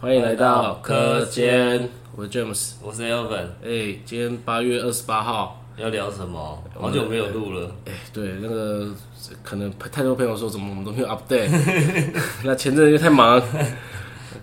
欢迎来到课间，我是 James。我是 Elvin，哎、今天八月二十八号，要聊什么？好久没有录了，哎、对，那个呃可能太多朋友说怎么我们都没有 update，那 前阵子又太忙，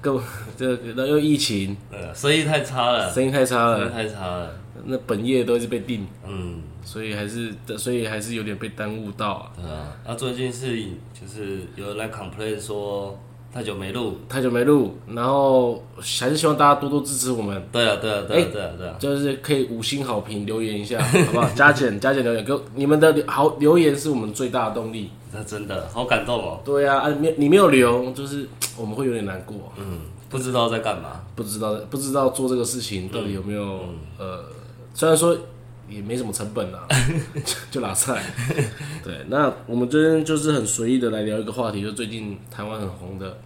各位这那又疫情，呃，生意太差了，生意太差生意了，太差了，那本业都一直被定，嗯，所以还是所以还是有点被耽误到啊。对啊。那最近是就是有人来 complain 说太久没录，太久没录，然后还是希望大家多多支持我们，对啊，对啊，对啊，对啊，对啊，就是可以五星好评留言一下，好不好？加减加减留言，给我你们的留好留言是我们最大的动力。那真的好感动哦，对啊，啊，没你没有留，就是我们会有点难过，啊嗯，不知道在干嘛，不知道不知道做这个事情到底有没有、嗯呃，虽然说也没什么成本啊， 就就拉 菜。对，那我们今天就是很随意的来聊一个话题，就最近台湾很红的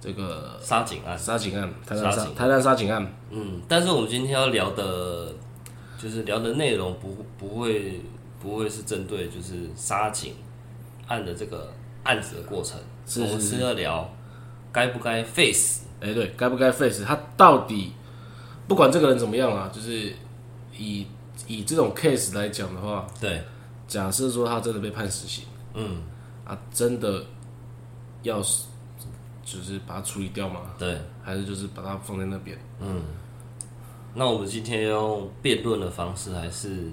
这个杀警案，杀警案，台南杀杀警台南杀警案，嗯，但是我们今天要聊的，就是聊的内容不不会不会是针对就是杀警案的这个案子的过程，是我们是要聊该不该 face。哎、对，该不该 face？他到底不管这个人怎么样啊，就是以以这种 case 来讲的话，对，假设说他真的被判死刑。嗯，啊，真的要是就是把它处理掉吗？对，还是就是把它放在那边？那我们今天要用辩论的方式，还是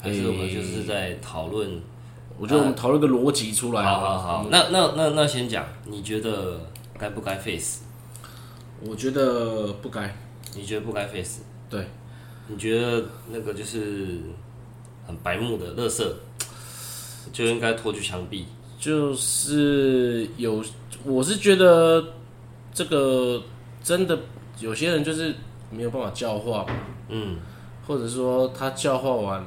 还是我们就是在讨论？我觉得我们讨论个逻辑出来好啊好好，那那那那先讲，你觉得该不该 face？我觉得不该，你觉得不该 face？对，你觉得那个就是很白目的乐色，就应该拖去枪毙？就是有，我是觉得这个真的有些人就是没有办法教化，嗯，或者说他教化完，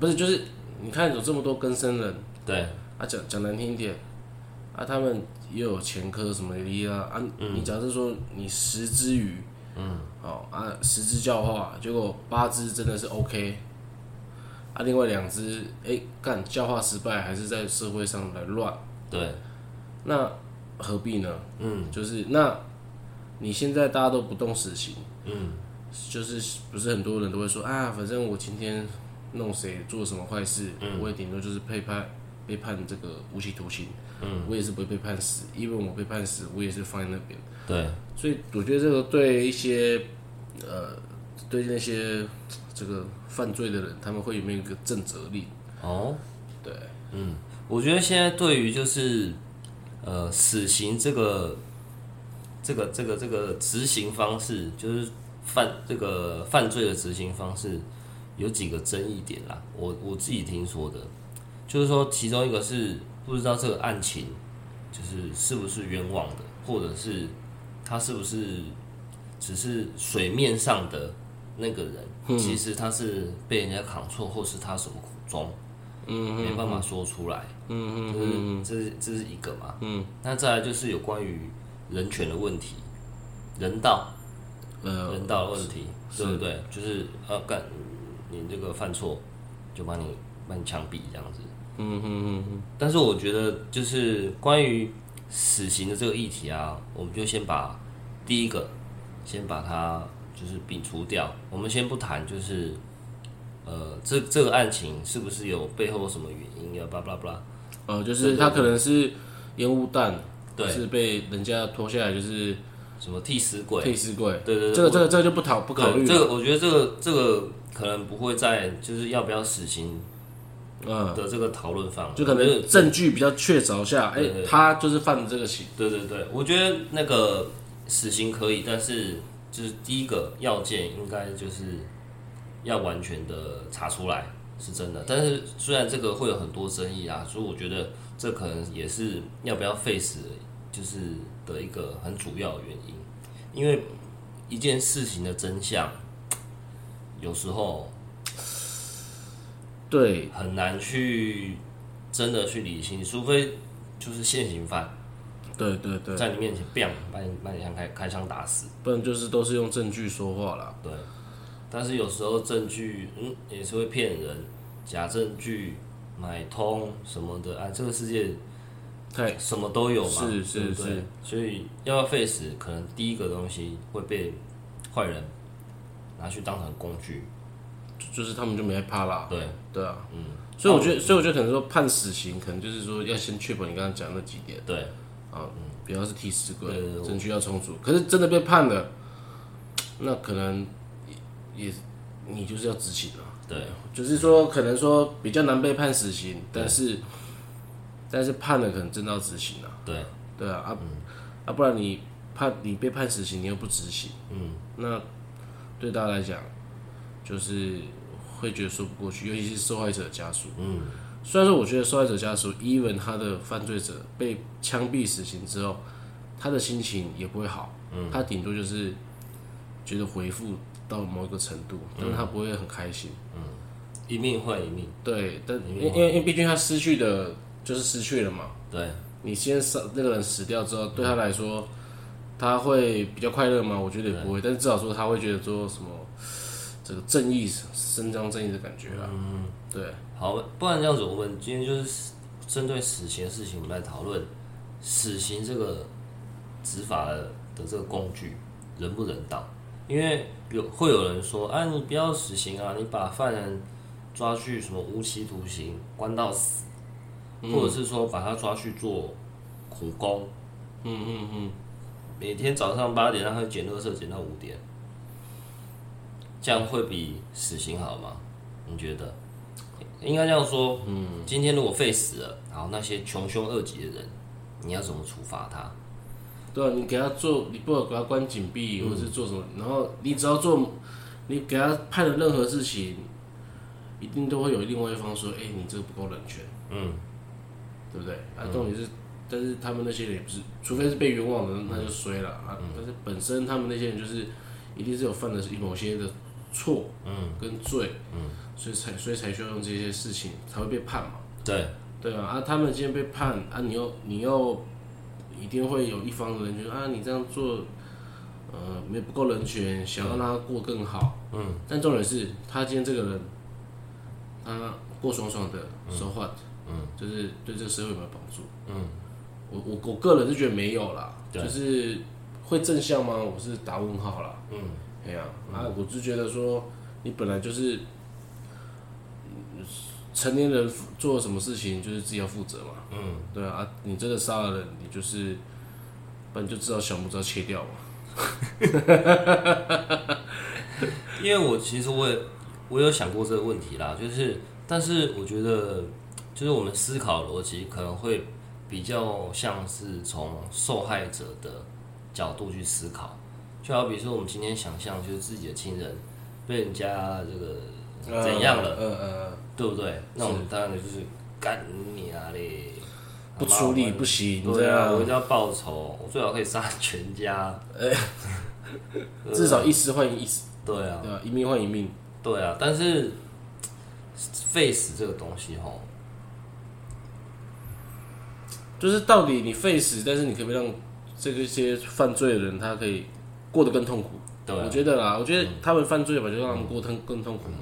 不是就是你看有这么多更生人，对，啊，讲讲难听一点，啊，他们也有前科什么的啊，啊，你假设说你十只鱼，嗯，哦啊，十只教化，结果八只真的是 OK，啊，另外两只，哎、干教化失败，还是在社会上来乱，对，那何必呢？嗯，就是那你现在大家都不动死刑，嗯，就是不是很多人都会说啊，反正我今天弄谁做什么坏事，嗯我也顶多就是被判被判这个无期徒刑，嗯，我也是不会被判死，因为我被判死，我也是放在那边，对，所以我觉得这个对一些呃对那些这个犯罪的人，他们会有没有一个正责力？哦，嗯对，我觉得现在对于就是呃死刑这个这个这个这个执行方式，就是犯这个犯罪的执行方式，有几个争议点啦。我我自己听说的，就是说其中一个是不知道这个案情就是是不是冤枉的，或者是他是不是只是水面上的那个人，其实他是被人家扛错，或是他什么苦衷。没办法说出来，嗯就是这是这是一个嘛，嗯，那再来就是有关于人权的问题，人道呃，人道的问题，对不对？就是呃，干你这个犯错，就把你把你枪毙这样子，嗯嗯嗯，但是我觉得就是关于死刑的这个议题啊，我们就先把第一个先把它就是摒除掉，我们先不谈就是。呃，这这个案情是不是有背后什么原因啊？巴拉巴拉，呃，就是他可能是烟雾弹，对是被人家拖下来，就是什么替死鬼？替死鬼。对对对，这个这个这个就不讨不考虑了，对嗯这个，我觉得这个这个可能不会在就是要不要死刑嗯，的这个讨论范围，就可我觉能得证据比较确凿下，哎对对，对他就是犯了这个刑，对对对，我觉得那个死刑可以，但是就是第一个要件应该就是要完全的查出来是真的。但是虽然这个会有很多争议啊，所以我觉得这可能也是要不要 face 就是的一个很主要的原因，因为一件事情的真相有时候对，很难去真的去理清，除非就是现行犯对对对，在你面前 b 把你把你像开开枪打死。不然就是都是用证据说话啦。对，但是有时候证据，嗯，也是会骗人，假证据、买通什么的，啊，这个世界对，什么都有嘛，是是对不对是所以要要 face，可能第一个东西会被坏人拿去当成工具，就就是他们就没在怕啦。对，对啊，嗯，所以我觉得，所以我觉得可能说判死刑，可能就是说要先确保你刚刚讲的那几点对，啊，不要是替死鬼对对，对证据要充足。可是真的被判了，那可能也也你就是要执行啊。对，就是说，可能说比较难被判死刑，但是但是判了可能真的要执行啊，对，对啊，啊、啊，不然你判你被判死刑，你又不执行，嗯，那对大家来讲就是会觉得说不过去，尤其是受害者家属，嗯，虽然说我觉得受害者家属，even 他的犯罪者被枪毙死刑之后，他的心情也不会好，嗯，他顶多就是觉得回复到某一个程度，但是他不会很开心。一命换一命，对，但嗯因因为因为毕竟他失去的就是失去了嘛。对，你先死那个人死掉之后，对他来说，他会比较快乐吗？我觉得也不会，但是至少说他会觉得说什么这个正义伸张正义的感觉啊。嗯，对，好，不然这样子，我们今天就是针对死刑的事情，我们来讨论死刑这个执法的这个工具人不人道？因为有会有人说啊，你不要死刑啊，你把犯人抓去什么无期徒刑，关到死，或者是说把他抓去做苦工，嗯嗯嗯，每天早上八点让他捡垃圾，捡到五点，这样会比死刑好吗？你觉得？应该这样说，嗯，今天如果废死了，然后那些穷凶恶极的人，你要怎么处罚他？对啊，你给他做，你不管给他关紧闭，或是做什么，然后你只要做，你给他判了任何事情，一定都会有另外一方说，哎、你这个不够人权。嗯，对不对？啊，重点是，但是他们那些人也不是，除非是被冤枉的，那就衰了啊。但是本身他们那些人就是，一定是有犯了某些的错，嗯，跟罪，嗯，所以才所以才需要用这些事情才会被判嘛，对，对嗯啊。啊，他们今天被判啊，你又你又一定会有一方的人觉得啊，你这样做，呃，没有不够人权，想要让他过更好，嗯。但重点是他今天这个人，他过爽爽的，so what？就是对这个社会有没有帮助？嗯，我我我个人是觉得没有啦，对就是会正向吗？我是打问号啦。嗯，哎呀、啊，我就觉得说你本来就是嗯成年人做什么事情就是自己要负责嘛。嗯，对啊，啊你真的杀了人，你就是，不然你就知道小拇指要切掉嘛。因为我其实我也我有想过这个问题啦，就是，但是我觉得，就是我们思考逻辑可能会比较像是从受害者的角度去思考，就好比说我们今天想象就是自己的亲人被人家这个啊怎样了，嗯？嗯嗯，对不对？那我们当然就是干你啊嘞，不好吧处我理们不行，这对啊，我一样定要报仇，我最好可以杀全家，哎 至啊少一时换一时，对啊。对吧、一命换一命。对啊，但是 face 这个东西吼，就是到底你 face，但是你可不可以让这个些犯罪的人他可以过得更痛苦？对啊我觉得啦，我觉得他们犯罪嘛，就让他们过得更更痛苦嘛。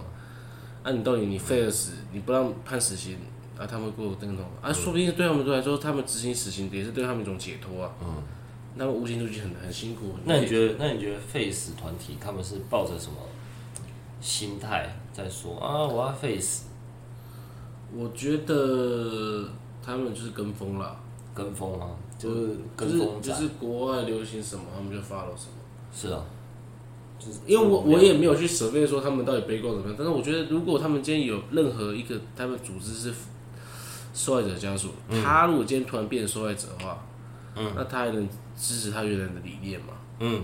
啊，你到底你 face，你不让判死刑，啊，他们会过得更痛苦嗯啊，说不定对他们来说，他们执行死刑也是对他们一种解脱啊。嗯，他们无形中就很很辛苦。那你得？觉得那你觉得 face 团体他们是抱着什么心态在说啊？我要 face 我觉得他们就是跟风啦，跟风吗？就是就跟是风就仔，是国外流行什么，他们就 follow 什么。是啊，就是因为我我也嗯没有去舍备说他们到底背过怎么样，但是我觉得如果他们今天有任何一个他们组织是受害者家属，他如果今天突然变成受害者的话，嗯，那他还能支持他原来的理念吗？嗯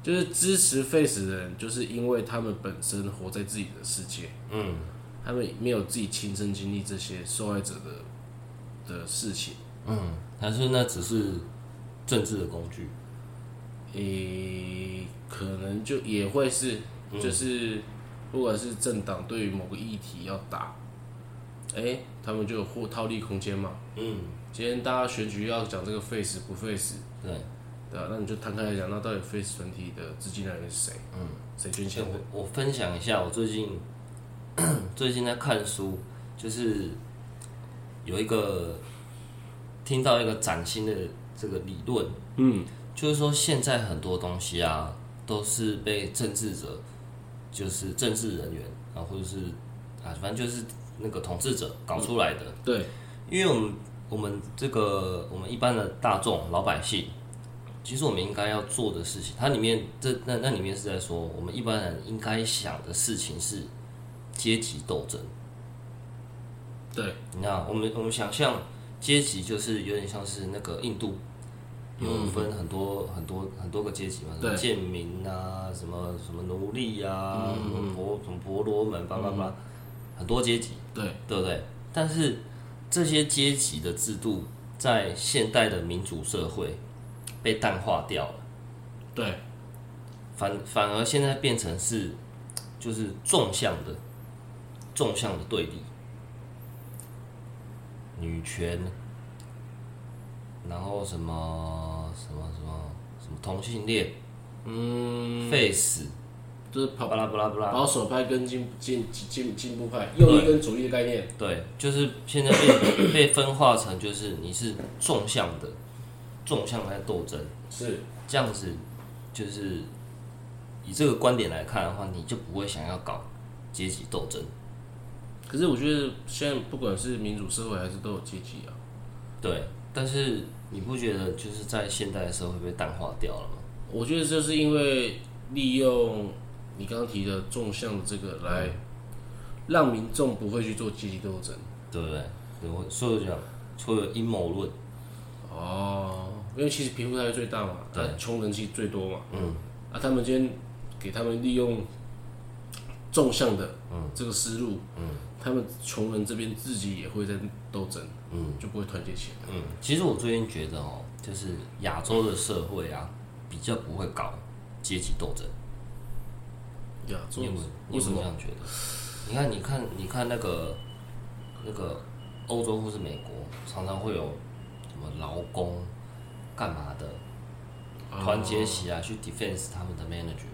就是支持 Face 的人，就是因为他们本身活在自己的世界，嗯他们没有自己亲身经历这些受害者的的事情，嗯，还是那只是政治的工具？诶、可能就也会是，就是不管是政党对于某个议题要打，诶、他们就有获套利空间嘛。嗯，今天大家选举要讲这个 face 不 face，对，对吧、啊那你就摊开来讲，那到底 face 团体的资金来源是谁？嗯，谁捐钱欸的？我我分享一下，我最近最近在看书，就是有一个听到一个崭新的这个理论，嗯，就是说现在很多东西啊，都是被政治者，就是政治人员啊，或者是啊，反正就是那个统治者搞出来的。对，因为我们我们这个我们一般的大众老百姓，其实我们应该要做的事情，它里面这那那里面是在说，我们一般人应该想的事情是阶级斗争。对，你看，我们我们想象阶级就是有点像是那个印度，有分很多、很多很多个阶级嘛，什么嗯对贱民啊，什么什么奴隶嗯啊，什么婆什么婆罗门，巴拉巴拉，很多阶级，对，对不对？但是这些阶级的制度在现代的民主社会被淡化掉了，对，反反而现在变成是就是纵向的纵向的对立，女权，然后什么什么什么什么同性恋、嗯， face，就是巴跑拉巴拉巴拉，保守派跟进进进进步派，右翼跟左翼的概念，对，就是现在被被分化成就是你是纵向的，纵向在斗争，是这样子就是以这个观点来看的话，你就不会想要搞阶级斗争。可是我觉得现在不管是民主社会还是都有阶级啊，对，但是你不觉得就是在现代社会被淡化掉了吗？我觉得就是因为利用你刚刚提的纵向的这个来让民众不会去做阶级斗争。对不对？对我所以我就讲，会有阴谋论，哦，因为其实贫富差距最大嘛，对啊穷人其实最多嘛，嗯，啊，他们今天给他们利用纵向的这个思路，嗯，他们穷人这边自己也会在斗争，嗯，就不会团结起来。嗯，其实我最近觉得哦，就是亚洲的社会啊，比较不会搞阶级斗争。呀，这嗯种你有没有你为有什没么？有这样觉得？你看，你看，你看那个那个欧洲或是美国，常常会有什么劳工干嘛的团结起来去 defense 他们的 manager，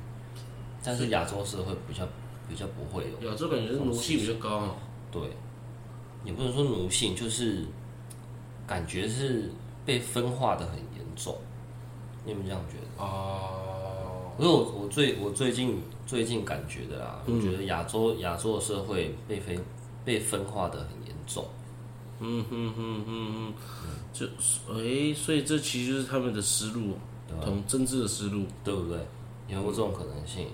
但是亚洲社会比较比较不会有。亚洲感觉是奴性比较高哦，对，也不能说奴性，就是感觉是被分化的很严重。你有没有这样觉得？哦，可是我我最我最近最近感觉的啦，嗯我觉得亚洲亚洲的社会被分被分化的很严重。嗯哼哼哼哼，就是诶，所以这其实就是他们的思路哦，同政治的思路。对不对？有没有这种可能性？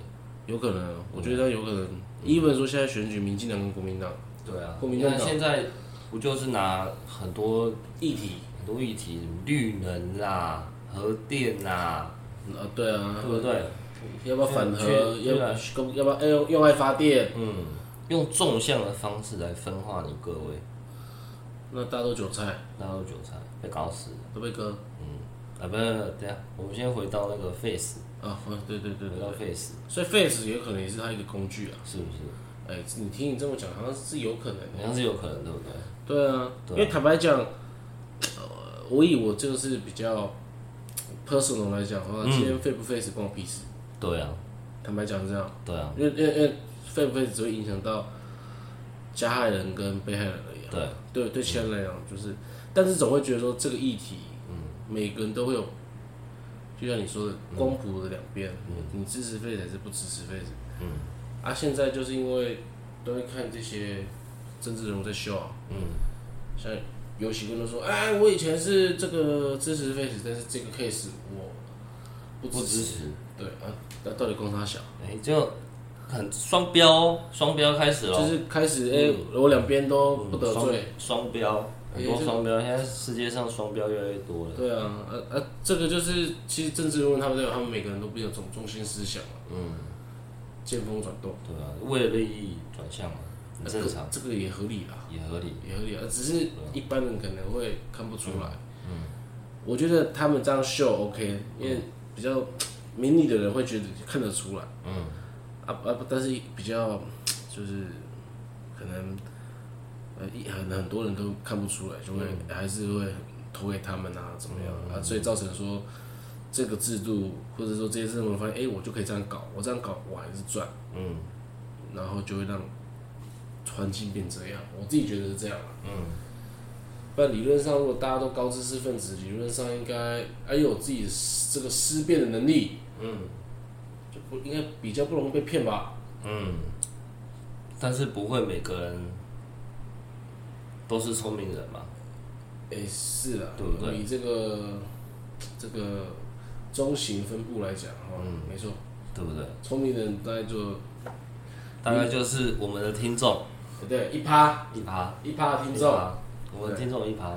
有可能啊，我觉得有可能。一本说现在选举，民进党跟国民党对啊，国民你党看现在不就是拿很多议题，很多议题，什么绿能啦、核电啦，啊，对啊对，不对？要不要反核对？对要不要要不要用用爱发电？嗯，用纵向的方式来分化你各位，那大家都韭菜，大家都韭菜，被搞死了。都被割啊，不是，等一下，我们先回到那个 face，啊！哦对对对回对，到 face，所以 Face 也可能也是他一个工具啊。是不是？哎，你听你这么讲，好像是有可能的。好像是有可能，对不对？对啊，对因为啊坦白讲，呃我以我这个是比较 personal 来讲的嗯话，今天 Face 不 Face 关我屁事。对啊，坦白讲是这样，对啊，因为因为因为 Face 不 Face 只会影响到加害人跟被害人而已啊。对，对对，其他人来讲就是，但是总会觉得说这个议题，嗯每个人都会有，就像你说的，光谱的两边，你支持 face 还是不支持 face，嗯啊，现在就是因为都会看这些政治人物在秀啊，嗯，像有些人都说，哎，我以前是这个支持 face，但是这个 case 我不不支支持，持。对啊，那到底公他小？哎、就很双标哦，双标开始了就哦，是开始哎，我两边都嗯不得罪，双双标，很多哎这双标，现在世界上双标越来越多了。对啊，呃、呃、这个就是其实政治人物他们都有他们每个人都不一样的中中心思想嘛，嗯，见风转动，对啊，为了利益转向嘛，很正常，嗯这个这个也合理啦，也合理。也合理啊，只是一般人可能会看不出来。嗯，我觉得他们这样秀 OK，因为嗯比较明理的人会觉得看得出来。嗯，啊啊，不但是比较就是可能呃一很很多人都看不出来，就会、还是会投给他们啊，怎么样、啊？所以造成说。这个制度，或者说这些事情，我发现，哎，我就可以这样搞，我这样搞，我还是赚，嗯然后就会让环境变这样。我自己觉得是这样啊。嗯，不然理论上，如果大家都高知识分子，理论上应该还有自己的思这个思辨的能力，嗯，就不应该比较不容易被骗吧？嗯但是不会每个人都是聪明人嘛？哎、是啦，对不对以这个这个中型分布来讲，哈、嗯没错，对不对？聪明的人大概就大概就是我们的听众对一趴一趴，一趴的听一众，趴我们听众一趴，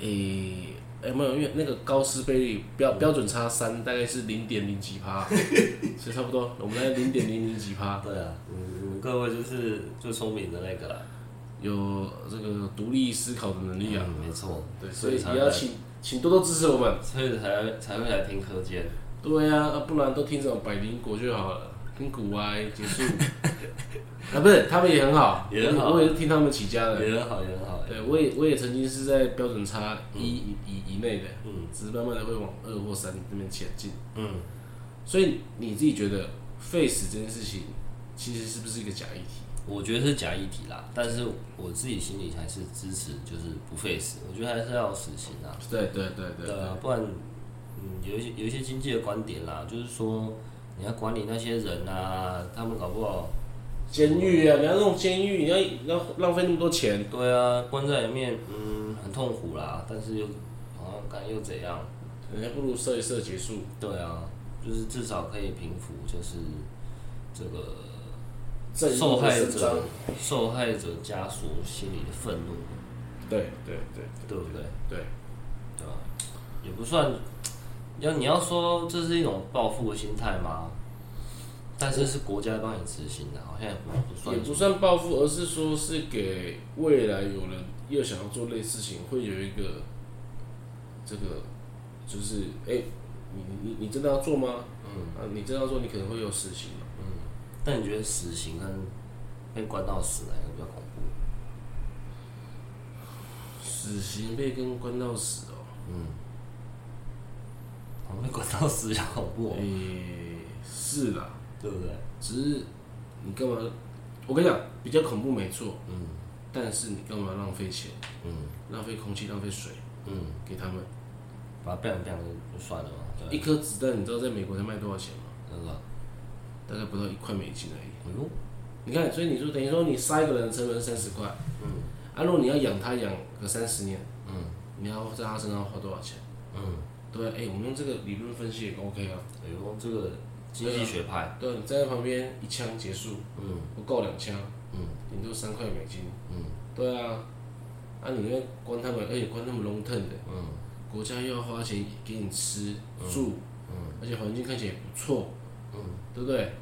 诶、哎，没有，因为那个高斯倍率标嗯标准差三，大概是零点零几趴， 所以差不多，我们大概零点零零几趴。对啊，嗯，你们各位就是最聪明的那个啦，有这个独立思考的能力啊。嗯没错，对，所所以以才也会要来，请请多多支持我们。所以才才会来听课间。对呀、啊，不然都听这种百灵果就好了，跟古埃结 束。啊，不是，他们也很好，也很好我我也是听他们起家的。也很好，也很好。对，我也我也曾经是在标准差一以以以内的，嗯只是慢慢的会往二或三那边前进。嗯，所以你自己觉得 face 这件事情，其实是不是一个假议题？我觉得是假议题啦，但是我自己心里还是支持，就是不 face，我觉得还是要死刑啊。对对对对对啊，不然，嗯，有一些有一些经济的观点啦，就是说你要管理那些人啊，他们搞不好，监狱啊，你要弄监狱，你要你要浪费那么多钱，对啊，关在里面，嗯，很痛苦啦，但是又好像干又怎样？人家不如射一射结束。对啊，就是至少可以平复，就是这个正义受害的伸张者受害者家属心里的愤怒，对对对对不对？对，对吧？也不算，要你要说这是一种报复的心态吗？但是是国家帮你执行的，好像也不不算也。不算报复，而是说是给未来有人又想要做类似情，会有一个这个就是哎、你你你真的要做吗？嗯，啊，你真的要做，你可能会有死刑嘛。但你觉得死刑跟被关到死哪个比较恐怖？死刑被跟关到死哦，嗯好像被关到死比较恐怖哦、诶、是啦，对不对？只是你干嘛？我跟你讲，比较恐怖没错，嗯但是你干嘛浪费钱、嗯浪费空气、浪费水嗯，给他们？把它 bang bang 就算了嘛，一对吧，颗子弹，你知道在美国才卖多少钱吗？那个，大概不到一块美金而已。哎呦，你看，所以你说等于说你杀一个人的成本三十块，嗯啊，如果你要养他养个三十年，嗯你要在他身上花多少钱？嗯，对啊，哎、我们用这个理论分析也 OK 啊。哎呦，这个经济学派，对啊，你站在旁边一枪结束，嗯不够两枪，嗯顶多三块美金。嗯对啊，啊，你那关他们，而且关他们笼腾的，嗯国家又要花钱给你吃住，嗯而且环境看起来也不错，嗯，对不对？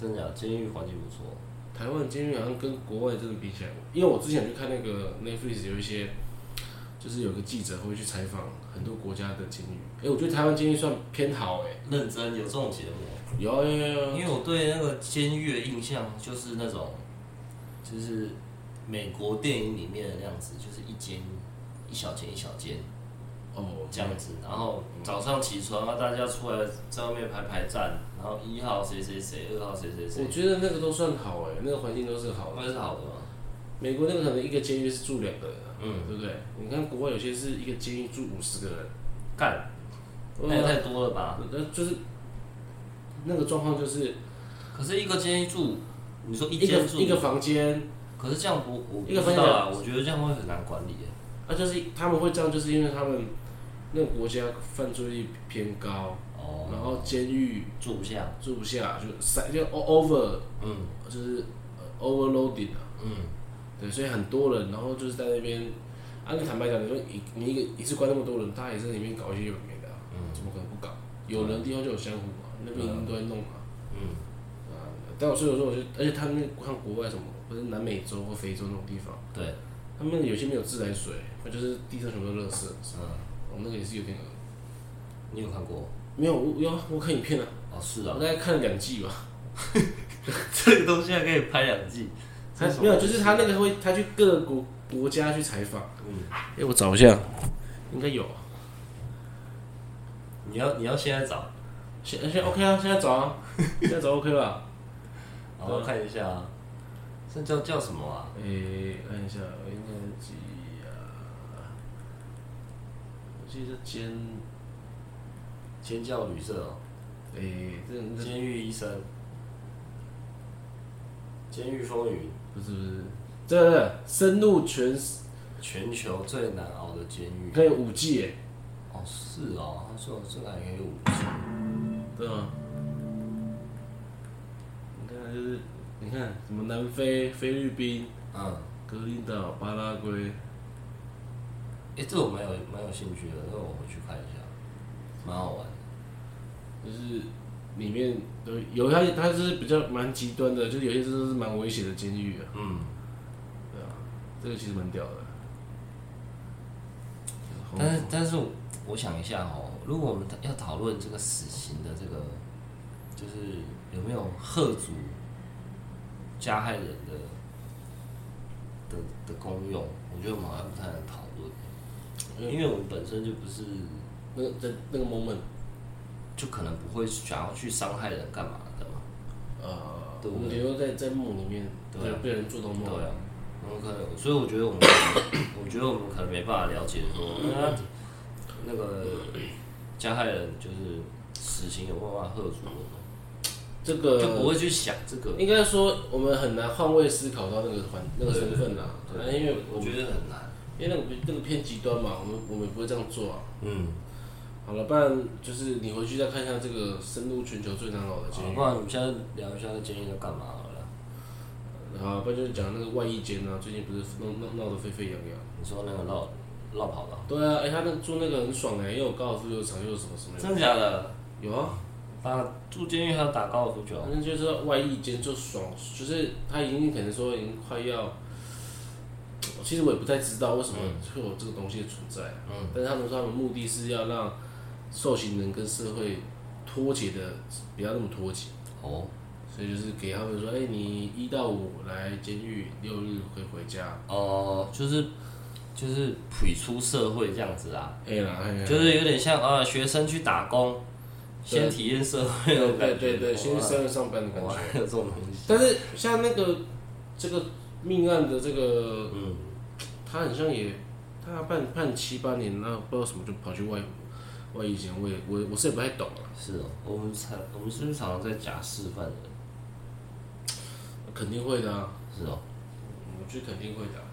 真的假的，啊监狱环境不错。台湾监狱好像跟国外真的比起来，因为我之前去看那个 Netflix 有一些，就是有个记者会去采访很多国家的监狱。哎、我觉得台湾监狱算偏好哎、认真有这种节目，有啊有啊有啊因为我对那个监狱的印象就是那种，就是美国电影里面的那样子，就是一间一小间一小间哦，这样子，然后早上起床啊，大家出来在外面排排站，然后一号谁谁谁，二号谁谁谁我，觉得那个都算好哎、那个环境都是好的。那是好的嘛，美国那个可能一个监狱是住两个人、啊，嗯，对不对？你看国外有些是一个监狱住五十个人，干，那对也啊太多了吧？那就是那个状况就是可是一个监狱住，你说一一个间住一，个房间，可是这样不，我一个不分知道啦，我觉得这样会很难管理耶。啊，就是他们会这样，就是因为他们那个国家犯罪率偏高，哦，然后监狱住不下，住不下，就塞就 o- over 嗯就是呃 overloading 啊，嗯。对，所以很多人，然后就是在那边，啊，你坦白讲，你说一你一个一次关那么多人，他也是在里面搞一些有的没的啊、嗯怎么可能不搞？有人的地方就有江湖嘛，那边一定都在弄嘛，嗯啊，但我所以我说，我觉得，而且他们那看国外什么，或者南美洲或非洲那种地方，，对，他们有些没有自来水，那就是地上全部都是垃圾，嗯，我、那个也是有点恶你有看过？没有，我我我看影片了、啊，哦，是我啊大，概看了两季吧。 这个东西还可以拍两季，他没有，就是他那个会，他去各个国国家去采访。嗯，哎、我找一下，应该有。你要你要现在找，现现在 OK 啊，现在找啊，现在找 OK 吧。然后看一下啊，这叫叫什么啊？哎、按一下，应该几啊？记得监，尖叫旅社哦，诶、这这监狱医生，监狱风云，不是不是，这个深入全全球最难熬的监狱。可以五 G 耶，哦，是哦，他说我这还可以五级。对吗？你看就是你看什么南非、菲律宾、嗯，格林岛、巴拉圭，诶，这我蛮有蛮有兴趣的，那我回去看一下，蛮好玩的。就是里面都有它它是比较蛮极端的，就是有些真的是蛮危险的监狱啊，嗯，对啊，这个其实蛮屌的。哦但是但是我我想一下哦，如果我们要讨论这个死刑的这个，就是有没有贺足加害人的的的功用，我觉得我们好像不太能讨论，因为我们本身就不是，那个在那个 moment，就可能不会想要去伤害人干嘛的嘛。呃，对我们留在在梦里面，对啊被被人做到梦，对啊，我们可能，所以我觉得我们，我觉得我们可能没办法了解说，那那个加害人就是死刑有没有办法喝足我这们，就不个会去想这个。应该说我们很难换位思考到那个环那个身份啦，啊因为我我们觉得很难。因为那个不那个偏极端嘛，我们我们也不会这样做啊。嗯，好了，不然就是你回去再看一下这个深入全球最难搞的监好，狱不，然我们现在聊一下监狱在干嘛好了。然后不然就是讲那个外衣监啊，最近不是闹闹闹得沸沸扬扬。你说那个绕绕跑了，对啊，哎、他那个住那个很爽哎、又有高尔夫球场，又有什么什么真的假的？有，有啊，打住监狱还要打高尔夫球？反正就是外衣间就爽，就是他已经可能说已经快要，其实我也不太知道为什么会有这个东西的存在啊，嗯但是他们说他们目的是要让受刑人跟社会脱节的不要那么脱节，哦所以就是给他们说，哎、你一到五来监狱，六日可以回家，哦，就是就是普出社会这样子啊。哎、啦，哎啦就是有点像呃学生去打工，对先体验社对会那种哎对感觉。对啊对，先去社会上班的感觉哇，哇。还有这种东西。但是像那个这个命案的这个，嗯，他很像也，他判判七八年，那不知道什么就跑去外外役监，我也我我是也不太懂啊，是哦，我们常我们是不是常常在假示范人？肯定会的啊，是哦，我觉得肯定会的啊、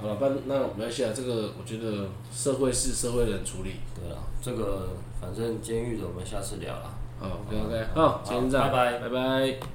好了，办那没关系啊，这个我觉得社会是社会人处理对了，这个反正监狱的我们下次聊了。好，OK OK，好，今天这样，好拜拜拜。